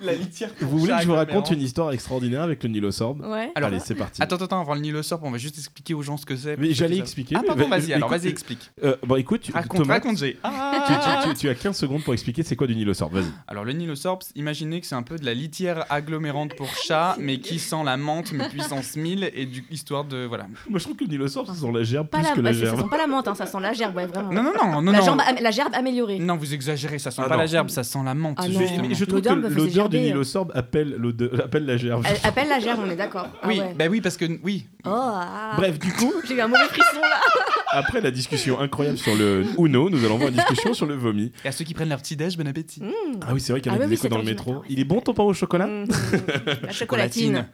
C: La litière.
B: Vous voulez que je vous raconte une histoire extraordinaire avec le Nilosorbe
D: Ouais.
C: Alors,
B: Allez, c'est parti.
C: Attends, attends, avant le Nilosorbe, on va juste expliquer aux gens ce que c'est.
B: Mais j'allais
C: Parce que ça-
B: expliquer.
C: Ah,
B: mais-
C: pardon,
B: mais-
C: vas-y, alors
B: écoute,
C: vas-y, explique.
B: euh, bon, écoute, tu-
C: Raconte,
B: Thomas,
C: raconte, Ah. j'ai.
B: tu, tu- tu- tu as 15 secondes pour expliquer c'est quoi du Nilosorbe. Vas-y.
C: Alors le Nilosorbe, imaginez que c'est un peu de la litière agglomérante pour chat, mais qui sent la menthe, mais puissance 1000, et du, histoire de... Voilà.
B: Moi, je trouve que le Nilosorbe, ça sent la gerbe
D: Pas
B: plus
D: la,
B: que la
D: bah, c'est- ça
B: gerbe.
D: sent pas la menthe, hein, ça sent la gerbe, ouais, vraiment.
C: Non, non, non, non,
D: la,
C: non.
D: gerbe am- la gerbe améliorée.
C: Non, vous exagérez, ça sent
B: Ah
C: pas
B: non.
C: la gerbe, ça sent la menthe.
D: Ah non.
B: Mais- mais je trouve que
D: L'odeur me faisait
B: l'odeur du
D: gerber.
B: Nilosorbe appelle, l'ode- appelle la gerbe.
D: hein. Elle appelle la gerbe, on est d'accord. Ah
C: Oui,
D: ouais.
C: bah oui, parce que... Oui.
D: Oh, ah.
B: Bref, du coup,
D: J'ai eu un mauvais frisson là.
B: Après la discussion incroyable sur le Uno, nous allons voir une discussion sur le vomi.
C: Et à ceux qui prennent leur petit-déj, bon appétit.
B: Ah oui, c'est vrai qu'il y en a
D: Ah
B: des
D: oui,
B: échos
D: oui,
B: dans le
D: c'est
B: métro.
D: dans le matin, ouais.
B: Il est bon ton pain au chocolat
D: Mm. La chocolatine.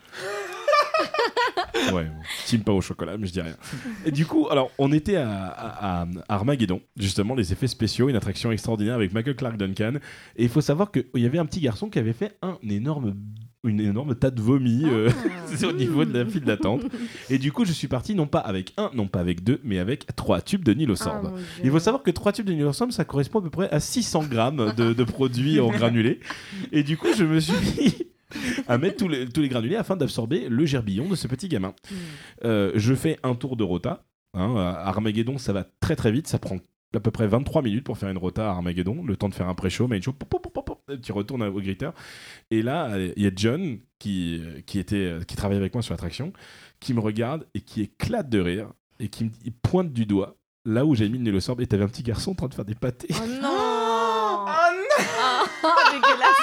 B: Ouais, team pain au chocolat, mais je dis rien. Et du coup, alors, on était à, à- à Armageddon, justement, les effets spéciaux, une attraction extraordinaire avec Michael Clark Duncan. Et il faut savoir qu'il y avait un petit garçon qui avait fait un énorme, une énorme tas de vomi. euh,
D: Ah.
B: c'est au niveau de la file d'attente. Et du coup, je suis parti non pas avec un, non pas avec deux, mais avec trois tubes de
D: Ah,
B: Nilosorbe.
D: mon Dieu.
B: Il faut savoir que 3 tubes de Nilosorbe, ça correspond à peu près à 600 grammes de, de produits en granulés. Et du coup, je me suis mis à mettre tous les, tous les granulés afin d'absorber le gerbillon de ce petit gamin.
D: Mm.
B: Euh, je fais un tour de rota. hein, à Armageddon, ça va très très vite. Ça prend à peu près 23 minutes pour faire une rota à Armageddon. Le temps de faire un pré-show, mais une show, pop, pop, pop, pop, pop, et tu retournes au gritter. Et là, euh, il y a John qui, qui, était, qui travaillait avec moi sur l'attraction, qui me regarde et qui éclate de rire et qui me dit- il pointe du doigt là où j'ai mis le Nélosorbe et t'avais un petit garçon en train de faire des pâtés.
D: Oh non
C: Ah non
D: Ah, dégueulasse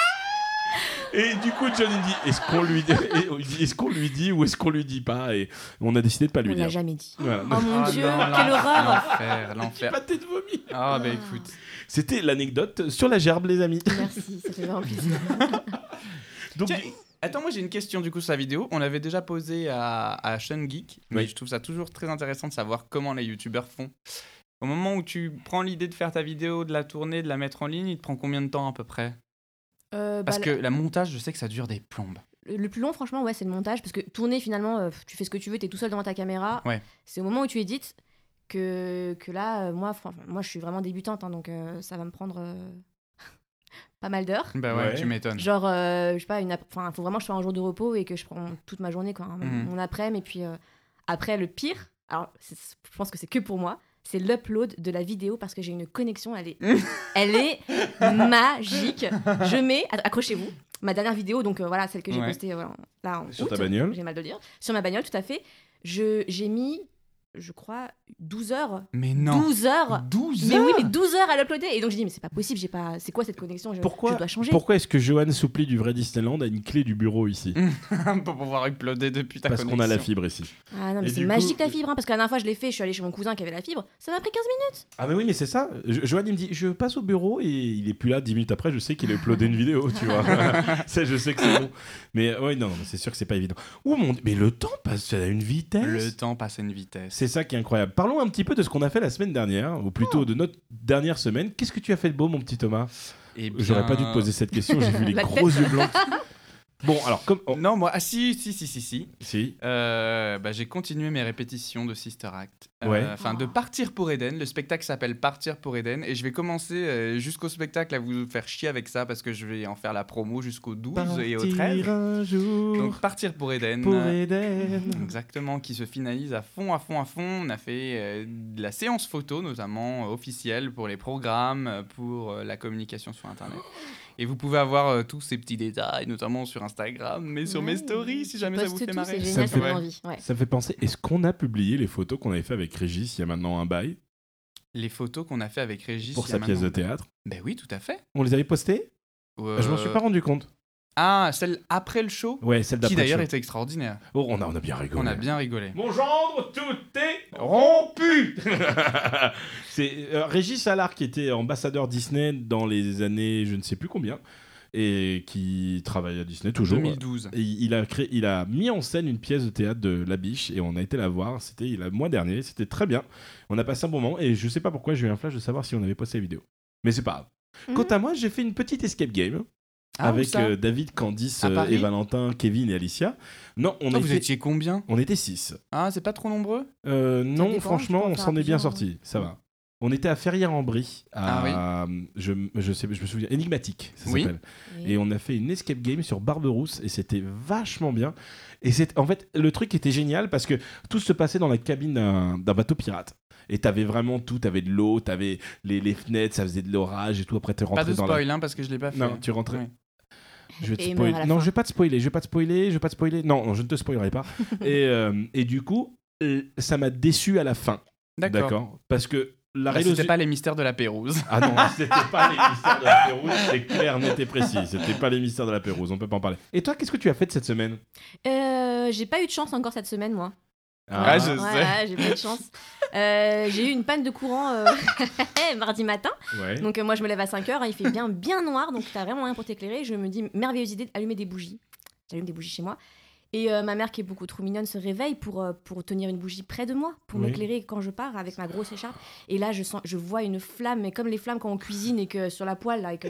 B: Et du coup, John il dit est-ce qu'on lui dit, et on lui dit, est-ce qu'on lui dit ou est-ce qu'on lui dit pas Et on a décidé de pas
D: On
B: lui
D: l'a
B: dire.
D: jamais dit.
B: Voilà.
D: Oh mon
C: Ah
D: dieu,
C: non,
D: quelle
C: l'enfer,
D: horreur
C: L'enfer, l'enfer.
B: Pâté de vomi.
C: Ah bah écoute.
B: C'était l'anecdote sur la gerbe, les amis.
D: Merci, ça fait vraiment plaisir.
B: Donc,
C: Tiens, Attends, moi j'ai une question du coup sur la vidéo. On l'avait déjà posée à, à Sean Geek, mais
B: Oui.
C: je trouve ça toujours très intéressant de savoir comment les youtubeurs font. Au moment où tu prends l'idée de faire ta vidéo, de la tourner, de la mettre en ligne, il te prend combien de temps à peu près
D: Euh, bah,
C: Parce que la montage, je sais que ça dure des plombes.
D: le, le plus long, franchement, ouais, c'est le montage. Parce que tourner, finalement, euh, tu fais ce que tu veux, t'es tout seul devant ta caméra.
C: Ouais.
D: C'est au moment où tu édites que, que là, euh, moi, fran- moi, je suis vraiment débutante, hein, donc euh, ça va me prendre euh, pas mal d'heures.
C: Bah ouais,
B: ouais, Ouais.
C: tu
B: tu
C: m'étonnes.
D: Genre, euh, je sais pas, une ap- enfin, faut vraiment que je sois un jour de repos et que je prends toute
B: Mm.
D: ma journée, quoi, hein, mon-
C: Mhm.
D: mon après-midi. Et puis euh, après, le pire, alors c'est- c'est- je pense que c'est que pour moi, c'est l'upload de la vidéo parce que j'ai une connexion, elle est, elle est magique. Je mets, att- accrochez-vous, ma dernière vidéo, donc euh, voilà, celle que j'ai
C: Ouais.
D: postée euh, voilà, là en
B: Sur ta
D: août,
B: bagnole.
D: J'ai mal de le dire. Sur ma bagnole, tout à fait. Je, j'ai mis, je crois, 12 heures.
C: Mais non.
D: 12 heures
C: 12
D: mais oui,
C: heures
D: mais 12 heures à l'uploader. Et donc je dis, mais c'est pas possible, j'ai pas. C'est quoi cette connexion je, Euh, je
B: Pourquoi,
D: dois changer.
B: pourquoi est-ce que Johan Soupli du vrai Disneyland a une clé du bureau ici
C: Pour pouvoir uploader depuis ta
B: Parce qu'on
C: connexion.
B: a la fibre ici.
D: Ah non, mais
B: Et
D: c'est
B: du
D: magique
B: coup-
C: euh,
D: la fibre, hein, parce que la dernière fois je l'ai fait, je suis allée chez mon cousin qui avait la fibre, ça m'a pris 15 minutes.
B: Ah mais oui mais c'est ça. Jo- Johan il me dit je passe au bureau et il est plus là. Dix minutes après je sais qu'il a uploadé une vidéo tu vois. ça je sais que c'est bon. Mais euh, ouais non mais c'est sûr que c'est pas évident. Oh mon Dieu, mais le temps passe à une vitesse.
C: Le temps passe à une vitesse.
B: C'est ça qui est incroyable. Parlons un petit peu de ce qu'on a fait la semaine dernière ou plutôt
D: Oh.
B: de notre dernière semaine. Qu'est-ce que tu as fait de beau mon petit Thomas
C: Et
B: J'aurais pas dû te poser cette question. J'ai vu les
D: La
B: gros yeux blancs. Bon alors comme oh,
C: Non, moi, ah si, si, si, si, si.
B: si
C: Euh, bah, j'ai continué mes répétitions de Sister Act. Euh,
B: Ouais.
C: Enfin,
D: Ah.
C: de Partir pour Eden. Le spectacle s'appelle Partir pour Eden. Et je vais commencer euh, jusqu'au spectacle à vous faire chier avec ça parce que je vais en faire la promo jusqu'au 12 et au 13.
B: Partir un jour
C: Donc, Partir pour Eden.
B: pour
C: euh,
B: Eden.
C: Exactement, qui se finalise à fond, à fond, à fond. On a fait euh, de la séance photo, notamment euh, officielle, pour les programmes, euh, pour euh, la communication sur Internet. Et vous pouvez avoir euh, tous ces petits détails, notamment sur Instagram, mais sur mes
D: Ouais.
C: stories, si
D: Je
C: jamais ça vous
D: poste
C: fait
D: tout,
C: marrer.
D: C'est
B: Ça me
D: génial, ça
B: fait
D: donne
C: Ouais.
D: envie. Ouais.
B: Ça me fait penser, est-ce qu'on a publié les photos qu'on avait fait avec Régis il y a maintenant un bail
C: Les photos qu'on a fait avec Régis.
B: pour
C: il y
B: sa
C: a
B: pièce de
C: maintenant-
B: théâtre
C: Ben oui, tout à fait.
B: On les avait postées
C: Euh,
B: Je m'en suis pas rendu compte.
C: Ah, celle après le show
B: Ouais, celle
C: qui
B: d'après.
C: d'ailleurs
B: le show.
C: était extraordinaire.
B: Oh, on a, on a bien rigolé.
C: On a bien rigolé.
B: Mon gendre, tout est rompu C'est euh, Régis Allard qui était ambassadeur Disney dans les années je ne sais plus combien et qui travaille à Disney toujours.
C: 2012.
B: Et il a créé, il a mis en scène une pièce de théâtre de La Biche et on a été la voir. C'était le mois dernier. C'était très bien. On a passé un bon moment et je sais pas pourquoi j'ai eu un flash de savoir si on avait posté la vidéo. Mais c'est pas grave.
D: Mhm.
B: Quant à moi, j'ai fait une petite escape game
C: Ah, où
B: avec
C: ça
B: euh, David, Candice
C: À
B: euh,
C: Paris
B: et Valentin, Kevin et Alicia. Non, on
C: Attends,
B: a
C: vous
B: été-
C: étiez combien
B: on était 6.
C: Ah, c'est pas trop nombreux
B: non,
D: dépend,
B: franchement,
D: je peux en
B: on
D: faire
B: s'en est bien
D: plusieurs,
B: sorti. Ça va. On était à Ferrières-en-Brie. À...
C: Ah
B: je, je sais, je me souviens. Énigmatique, ça
C: Oui.
B: s'appelle. Et on a fait une escape game sur Barberousse et c'était vachement bien. Et c'est en fait le truc était génial parce que tout se passait dans la cabine d'un d'un bateau pirate. Et t'avais vraiment tout, t'avais de l'eau, t'avais les, les fenêtres, ça faisait de l'orage et tout. Après t'es rentré
C: Pas de
B: dans la
C: spoil, hein, parce que je l'ai pas fait.
B: non, tu rentrais.
C: Ouais.
B: Je vais te
D: Et il meurt à
B: spoiler.
D: la
B: Non,
D: fin.
B: je vais pas te spoiler, je vais pas te spoiler, je vais pas te spoiler. Non, non, je ne te spoilerai pas. et, euh, et du coup, euh, ça m'a déçu à la fin.
C: D'accord.
B: D'accord. Parce que la
C: Bah,
B: réalisation-
C: C'était pas les mystères de la Pérouse.
B: Ah non, c'était pas les mystères de la Pérouse, c'est clair, net et précis. C'était pas les mystères de la Pérouse, on peut pas en parler. Et toi, qu'est-ce que tu as fait de cette semaine
D: Euh, j'ai pas eu de chance encore cette semaine, moi.
C: Ah, je
D: Ouais,
C: sais.
D: ouais, j'ai pas eu de chance. Euh, j'ai eu une panne de courant euh, mardi matin.
B: ouais.
D: Donc euh, moi je me lève à 5h, il fait bien bien noir, donc t'as vraiment rien pour t'éclairer. Je me dis merveilleuse idée d'allumer des bougies. J'allume des bougies chez moi. Et euh, ma mère qui est beaucoup trop mignonne se réveille pour, euh, pour tenir une bougie près de moi, pour
B: Oui.
D: m'éclairer quand je pars avec ma grosse écharpe. Et là je sens, je vois une flamme, mais comme les flammes quand on cuisine et que sur la poêle là, et que...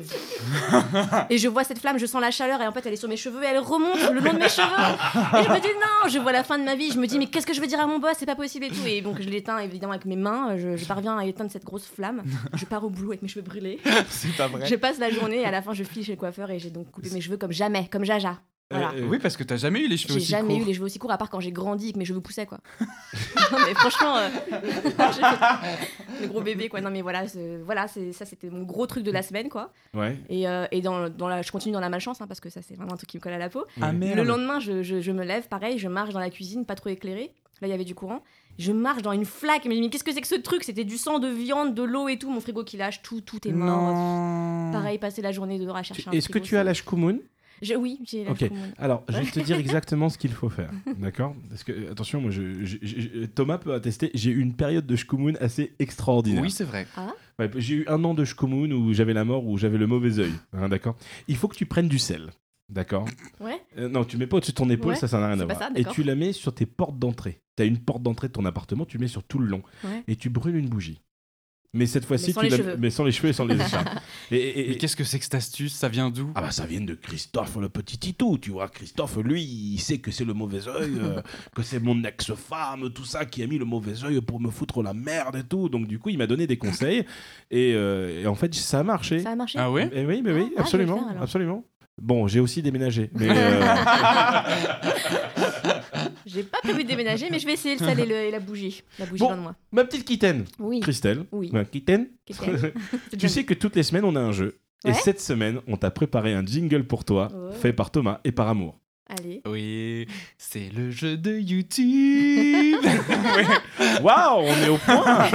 D: et je vois cette flamme, je sens la chaleur et en fait elle est sur mes cheveux et elle remonte le long de mes cheveux. Et je me dis non, je vois la fin de ma vie, je me dis mais qu'est-ce que je veux dire à mon boss, c'est pas possible et tout. Et donc je l'éteins évidemment avec mes mains, je- je parviens à éteindre cette grosse flamme. Je pars au boulot avec mes cheveux brûlés.
C: c'est pas vrai.
D: Je passe la journée et à la fin, je file chez le coiffeur et j'ai donc coupé mes cheveux comme jamais, comme Jaja. Voilà.
B: Euh, euh,
C: Oui, parce que t'as jamais eu les cheveux
D: J'ai
C: aussi
D: jamais
C: courts.
D: eu les cheveux aussi courts, à part quand j'ai grandi et que mes cheveux poussaient, quoi. non, mais franchement, euh, j'ai- le gros bébé, quoi. Non, mais voilà, c'est- voilà c'est- ça, c'était mon gros truc de la semaine, quoi.
B: ouais.
D: Et, euh, et dans, dans la, je continue dans la malchance, hein, parce que ça, c'est vraiment un truc qui me colle à la peau.
C: Ah merde.
D: Le lendemain, je, je- je me lève, pareil, je marche dans la cuisine, pas trop éclairée. Là, il y avait du courant. Je marche dans une flaque, mais, mais qu'est-ce que c'est que ce truc C'était du sang, de viande, de l'eau et tout. Mon frigo qui lâche, tout, tout est mort.
C: Non.
D: Pareil, passer la journée dehors à chercher
B: Tu-
D: un
B: Est-ce que
D: frigo,
B: tu as
D: c'est-
B: la Shkumun
D: Je- Oui, j'ai la
B: Ok.
D: tout le monde.
B: Alors, je vais te dire exactement ce qu'il faut faire. D'accord Parce que, euh, attention, moi, je, je- je- je- Thomas peut attester, j'ai eu une période de Shkumun assez extraordinaire.
C: Oui, c'est vrai.
B: Ouais, j'ai eu un an de Shkumun où j'avais la mort, où j'avais le mauvais œil. hein, d'accord Il faut que tu prennes du sel. D'accord
D: Ouais.
B: Euh, non, tu mets pas au-dessus de ton épaule,
D: Ouais,
B: ça, ça n'a rien
D: c'est
B: à
D: pas
B: voir.
D: ça,
B: et
D: d'accord.
B: tu la mets sur tes portes d'entrée. Tu as une porte d'entrée de ton appartement, tu mets sur tout le long.
D: Ouais.
B: Et tu brûles une bougie. Mais cette fois-ci,
D: sans
B: tu
D: les
B: la-
D: cheveux.
B: mais sans les cheveux et sans les écharpes. Et- et- et-
C: Mais qu'est-ce que c'est que cette astuce Ça vient d'où
B: ah bah ça vient de Christophe le petit Titou, tu vois. Christophe, lui, il sait que c'est le mauvais œil, euh, que c'est mon ex-femme, tout ça, qui a mis le mauvais œil pour me foutre la merde et tout. Donc du coup, il m'a donné des conseils et, euh, et en fait, ça a marché.
D: Ça a marché
C: Ah ouais
B: Eh oui, mais oui,
D: Ah, je vais le
B: absolument,
D: faire, alors.
B: absolument. Bon, j'ai aussi déménagé. Mais euh,
D: J'ai pas prévu de déménager, mais je vais essayer le sel et, le- et la bougie. La bougie
B: Bon.
D: loin de moi.
B: ma petite Kitaine,
D: Oui.
B: Christelle.
D: Oui.
B: Ma Kitaine.
D: Qu'est-ce qu'il y a C'est
B: tu
D: bien.
B: sais que toutes les semaines, on a un jeu. Et
D: Ouais.
B: cette semaine, on t'a préparé un jingle pour toi,
D: Oh.
B: fait par Thomas et par Amour.
D: Allez.
C: Oui, c'est le jeu de YouTube.
B: Waouh, on est au point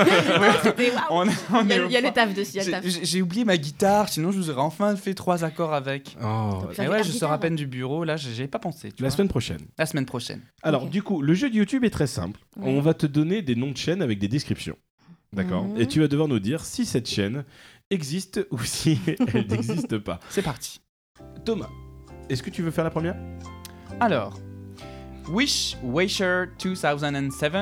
D: C'était- Ah, waouh.
C: On- on
B: Ah,
D: Il y
C: est
D: a,
C: au
D: il y a le
C: point.
D: taf dessus, il y a le
C: J'ai-
D: taf.
C: J'ai j'ai oublié ma guitare, sinon je vous aurais enfin fait trois accords
B: Oh,
C: avec.
D: Faire
C: Mais
D: de
C: ouais,
D: la
C: je sors
D: guitare.
C: à peine du bureau, là, j'ai- j'avais pas pensé. tu
B: La
C: vois.
B: semaine prochaine.
C: La semaine prochaine.
B: Alors,
D: Ok.
B: du coup, le jeu de YouTube est très simple.
D: Ouais.
B: On va te donner des noms de chaînes avec des descriptions. D'accord
D: Mhm.
B: Et tu vas devoir nous dire si cette chaîne existe ou si elle n'existe pas.
C: C'est parti.
B: Thomas, est-ce que tu veux faire la première
C: Alors, Wish Washer 2007,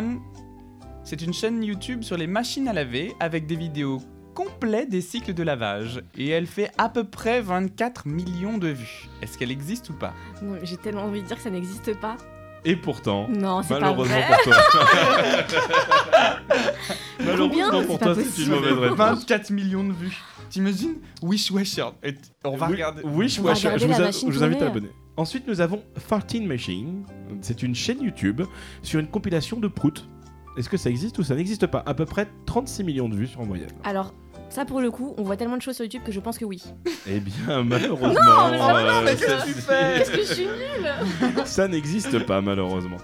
C: c'est une chaîne YouTube sur les machines à laver avec des vidéos complètes des cycles de lavage et elle fait à peu près 24 millions de vues. Est-ce qu'elle existe ou pas
D: Non, J'ai tellement envie de dire que ça n'existe pas.
B: Et pourtant,
D: Non, c'est pas
B: malheureusement
D: vrai.
B: pour toi.
D: Combien
B: malheureusement pour
D: C'est
B: toi,
D: pas
B: c'est une
D: possible.
B: mauvaise réponse.
C: 24 millions de vues. T'imagines Wish Washer. Et t- on va
B: Oui-
C: regarder.
B: Wish
D: On va
B: Watcher,
D: regarder
B: je vous,
D: la
B: a-
D: machine
B: je vous invite à
D: tourner.
B: abonner. Ensuite, nous avons 13 Machine. C'est une chaîne YouTube sur une compilation de proutes. Est-ce que ça existe ou ça n'existe pas À peu près 36 millions de vues sur en moyenne.
D: Alors, ça pour le coup, on voit tellement de choses sur YouTube que je pense que oui.
B: Eh bien, malheureusement,
D: Non, mais ça va,
B: euh,
D: mais
B: ça-
D: qu'est-ce que
C: tu fais
D: Parce que je suis nulle
B: ça n'existe pas, malheureusement.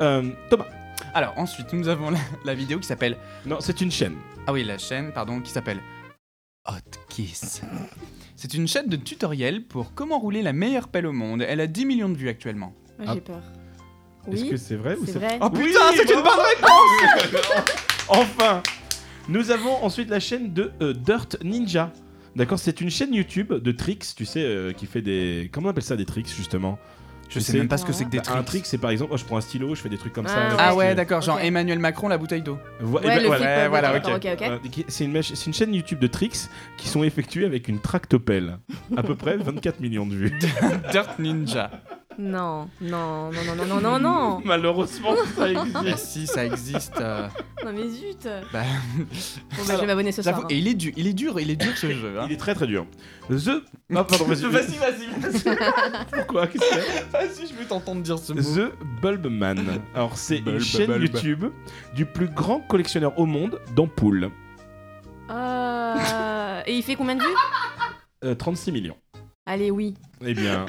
B: Euh, Thomas,
C: Alors ensuite, nous avons la, la vidéo qui s'appelle.
B: non, c'est une chaîne.
C: Ah oui, la chaîne, pardon, qui s'appelle Hot Kiss. C'est une chaîne de tutoriels pour comment rouler la meilleure pelle au monde. Elle a 10 millions de vues actuellement.
D: Ah,
B: Ah.
D: J'ai peur.
B: Est-ce
D: Oui,
B: que c'est vrai ou
D: c'est vrai.
C: Oh putain, c'est une bonne
B: Enfin Nous avons ensuite la chaîne de euh, Dirt Ninja. D'accord, c'est une chaîne YouTube de tricks, tu sais, euh, qui fait des. Comment on appelle ça des tricks justement
C: Je
B: sais
C: sais
B: C'est-
C: même pas ce que c'est que des
B: Bah,
C: tricks.
B: Un trick, c'est par exemple, oh, je prends un stylo, je fais des trucs comme ça.
D: Ah
C: Ah
B: je-
C: ouais, d'accord, genre
D: Ok.
C: Emmanuel Macron, la bouteille d'eau.
B: Vo- eh
D: Ouais,
B: ben,
D: le
B: voilà.
D: flip,
C: ouais,
D: ouais,
C: voilà,
D: d'accord, ok, ok.
B: Euh, qui- C'est une, mach- c'est une chaîne YouTube de tricks qui sont effectuées avec une tractopelle. À peu près 24 millions de vues.
C: Dirt Ninja.
D: Non, non, non, non, non, non, non, non
B: Malheureusement, ça
C: Mais
B: existe.
C: Bah, si, ça existe. euh,
D: Non mais zut
C: bah,
D: Bon bah je vais m'abonner ce
C: la
D: soir.
C: fo-
D: hein.
C: Et il est, dur, il est dur, il est dur ce jeu. hein.
B: Il est très très dur. The. Ah, pardon, vas-y.
C: Vas-y, vas-y, vas-y.
B: Pourquoi Qu'est-ce qu'il y a
C: Vas-y, je veux t'entendre dire ce mot.
B: The Bulbman. Alors, c'est une
C: Bulb,
B: chaîne
C: bulb.
B: YouTube du plus grand collectionneur au monde d'ampoules.
D: Euh, Et il fait combien de vues
B: Euh, 36 millions.
D: Allez oui.
B: Eh bien,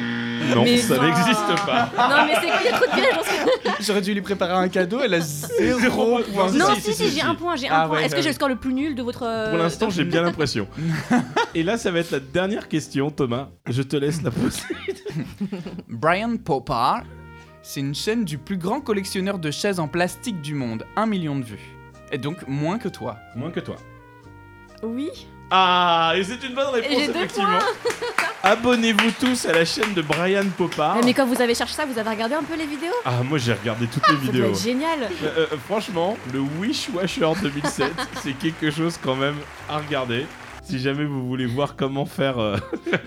B: non,
D: Mais
B: ça
D: non.
B: n'existe pas.
D: Non mais c'est qu'il y a trop de pièges dans ce-
C: J'aurais dû lui préparer un cadeau, elle a 0.6.
D: Non
B: si, si,
D: si si,
B: si, si.
D: j'ai un point, j'ai un
C: Ah,
D: point.
C: ouais,
D: Est-ce
C: ouais,
D: que j'ai
C: ouais.
D: le score le plus nul de votre euh,
B: Pour l'instant, j'ai bien l'impression. Et là, ça va être la dernière question, Thomas. Je te laisse la poser.
C: Brian Popar, c'est une chaîne du plus grand collectionneur de chaises en plastique du monde, 1 million de vues. Et donc moins que toi.
B: Moins que toi.
D: Oui.
B: Ah, et c'est une bonne
D: Et
B: réponse,
D: j'ai deux
B: effectivement. Abonnez-vous tous à la chaîne de Brian Popard.
D: Ah, Mais quand vous avez cherché ça, vous avez regardé un peu les vidéos
B: Ah, moi, j'ai regardé toutes les
D: Ça doit
B: vidéos.
D: être génial.
B: Euh, euh, franchement, le Wish Washer 2007, c'est quelque chose quand même à regarder. Si jamais vous voulez voir comment faire euh,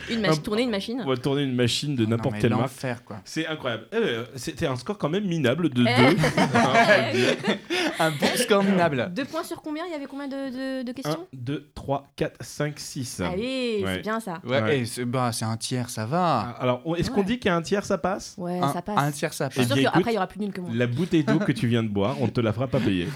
D: Une machine, tourner une machine.
B: on va tourner une machine de
C: Ah Non,
B: n'importe
C: mais
B: quelle marque,
C: l'enfer, quoi.
B: c'est incroyable. Euh, C'était un score quand même minable de 2.
D: Eh.
C: Un bon score minable.
D: Deux points sur combien Il y avait combien de, de- de
B: 1,
D: questions
B: 2, 3, 4, 5, 6.
D: Ah Allez,
B: Ouais.
D: c'est bien ça.
C: Ouais,
B: Ouais.
C: et c'est bah, c'est un tiers, ça va.
B: Ah, Alors, on- est-ce qu'on
D: Ah Ouais.
B: dit qu'à un tiers ça passe
D: Ouais,
C: un,
D: Ah. ça
C: un
D: passe.
C: tiers, ça
D: Je
B: Eh
D: suis
C: passe.
D: sûre
B: bien,
D: qu'après
B: écoute,
D: il y aura plus nul que moi.
B: La bouteille d'eau que tu viens de boire, on te la fera pas payer.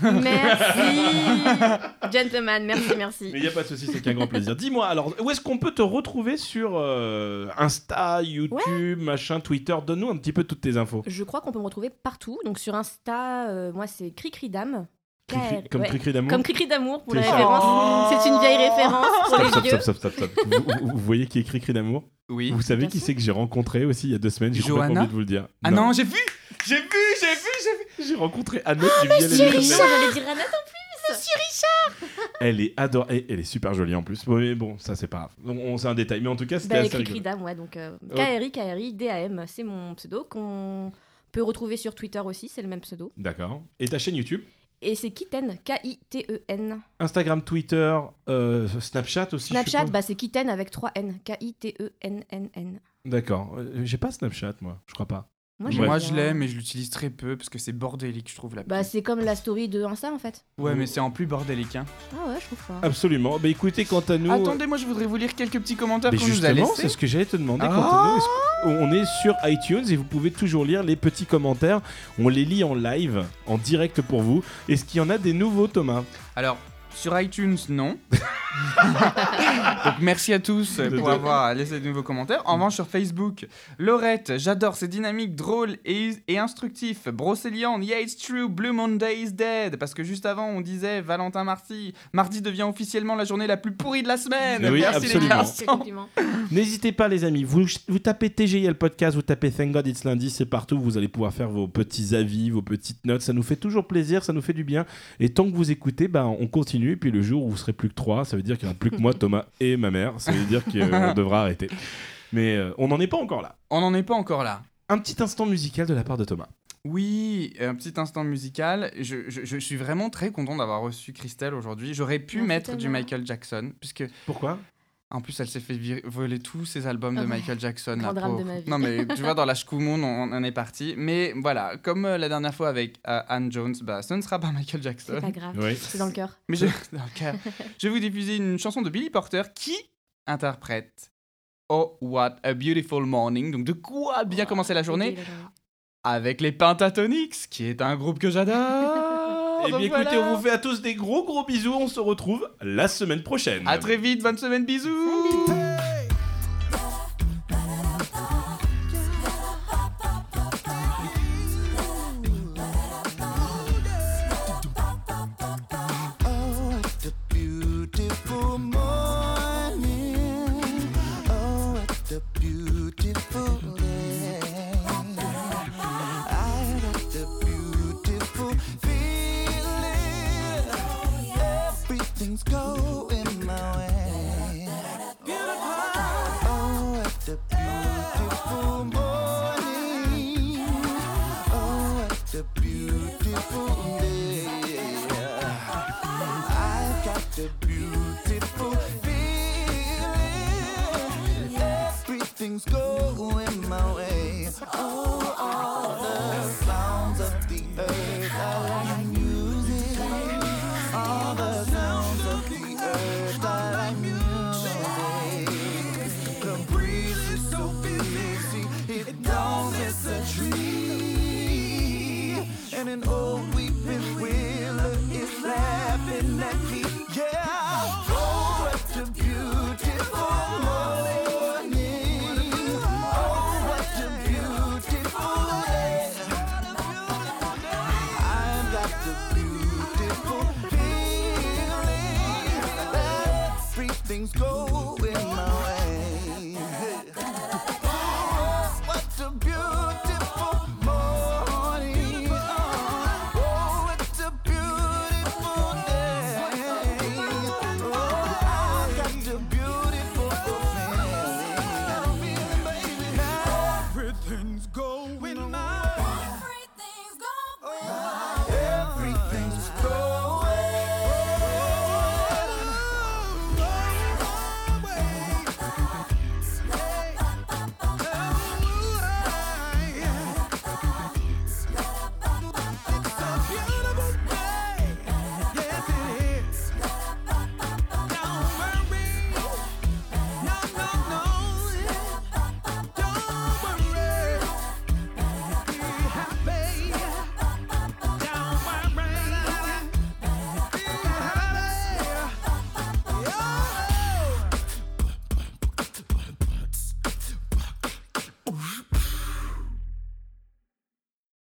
D: Merci, gentlemen, merci, merci.
B: Mais il n'y a pas de souci, c'est qu'un grand plaisir. Dis-moi, alors, où est-ce qu'on peut te retrouver sur euh, Insta, YouTube, machin, Twitter Donne-nous un petit peu toutes tes infos.
D: Je crois qu'on peut me retrouver partout. Donc sur Insta, euh, moi c'est Cricri Dame.
B: Cricri-
D: Car-
B: Comme
D: ouais.
B: Cricri d'amour
D: Comme Cricri d'amour pour la
B: T'es-
D: référence.
C: Oh.
D: C'est une vieille référence pour les
B: Stop,
D: vieux.
B: stop, stop, stop, stop. Vous, vous- vous voyez qui est Cricri d'amour
C: Oui.
B: Vous savez
D: bien
B: qui
D: sûr.
B: c'est que j'ai rencontré aussi il y a deux semaines J'ai complètement
C: Johanna
B: oublié de vous le dire.
C: Ah non, j'ai vu J'ai vu, j'ai vu, j'ai vu
B: J'ai rencontré Annette du Miel et de
D: Monsieur Ah, Richard,
B: Miel.
D: j'allais dire Annette en plus.
B: Elle est adorée, et elle est super jolie en plus. Bon, Mais bon, ça c'est pas grave. On, on- c'est un détail, mais en tout cas c'était
D: Bah,
B: assez
D: Cricri
B: rigolo.
D: Dame, ouais. Donc euh, KRI, KRI, DAM, c'est mon pseudo qu'on peut retrouver sur Twitter aussi, c'est le même pseudo.
B: D'accord. Et ta chaîne YouTube
D: Et c'est Kiten, K-I-T-E-N.
B: Instagram, Twitter, euh, Snapchat aussi. je
D: Snapchat,
B: suppose.
D: bah, c'est Kiten avec 3 E N. K-I-T-E-N-N-N.
B: D'accord. Euh, J'ai pas Snapchat moi, je crois pas.
D: Moi,
B: Ouais.
D: j'aime
C: Moi,
D: bien.
C: je l'aime, mais je l'utilise très peu parce que c'est bordélique, je trouve. La
D: Bah,
C: pub.
D: c'est comme la story de Insta en fait.
B: Oh.
C: ouais, mais c'est en plus bordélique. Hein.
D: Ah ouais, je trouve pas.
B: Absolument. Bah écoutez, quant à nous.
C: Attendez, moi, je voudrais vous lire quelques petits commentaires
B: Mais
C: qu'on nous a
B: justement,
C: laissés.
B: c'est ce que j'allais te demander.
C: Ah.
B: Quentin. Est-ce qu'on- on est sur iTunes et vous pouvez toujours lire les petits commentaires. On les lit en live, en direct pour vous. Est-ce qu'il y en a des nouveaux, Thomas
C: Alors, sur iTunes, non. Donc, merci à tous euh,
B: De- Mm.
C: pour
B: de-
C: avoir laissé de nouveaux commentaires. En revanche, sur Facebook, Laurette, j'adore, c'est dynamique, drôle et, et instructif. Brocéliande, yeah, it's true, Blue Monday is dead. Parce que juste avant, on disait Valentin Marty. Mardi devient officiellement la journée la plus pourrie de la semaine.
B: Oui,
C: merci
B: absolument.
C: les
D: C'est
C: garçons.
D: compliment.
B: N'hésitez pas, les amis. Vous, vous tapez TGL Podcast, vous tapez Thank God It's Lundi, c'est partout. Vous allez pouvoir faire vos petits avis, vos petites notes. Ça nous fait toujours plaisir, ça nous fait du bien. Et tant que vous écoutez, bah, on continue. Et puis le jour où vous serez plus que trois, ça veut dire qu'il n'y aura plus que moi, Thomas et ma mère. Ça veut dire qu'on devra arrêter. Mais euh, on n'en est pas encore là.
C: On n'en est pas encore là.
B: Un petit instant musical de la part de Thomas.
C: Oui, un petit instant musical. Je, je- je suis vraiment très content d'avoir reçu Christelle aujourd'hui. J'aurais pu
D: Merci
C: mettre du
D: tellement.
C: Michael Jackson, puisque
B: Pourquoi
C: En plus, elle s'est fait vir- voler tous ses albums de
D: Ah ouais.
C: Michael Jackson.
D: Grand
C: la
D: drame de
C: pauvre.
D: ma vie.
C: Non, mais tu vois, dans la Shkoumoun, on, on en est parti. Mais voilà, comme euh, la dernière fois avec euh, Anne Jones, bah, ce ne sera pas Michael Jackson.
D: C'est pas grave.
B: Oui.
D: C'est dans le cœur.
C: Mais je... dans le cas, je vais vous diffuser une chanson de Billy Porter qui interprète Oh, what a beautiful morning. Donc, de quoi bien commencer la journée avec les Pentatonics, qui est un groupe que j'adore.
B: Eh bien
C: Oh, Donc
B: écoutez,
C: voilà.
B: on vous fait à tous des gros gros bisous. On se retrouve la semaine prochaine.
C: À très vite, bonne semaine, bisous.
E: Oh, it's a beautiful morning. Oh, it's a beautiful day. I got the beautiful feeling. Everything's going my way. Oh, it's a beautiful morning. Oh, it's a beautiful day. I've got the beautiful feeling. Everything's going my way. Oh, all the sounds of the earth are like music. All the sounds of the earth are like music. The breeze is so busy, it don't miss a tree. And an old Oh, Oh, Oh, Oh,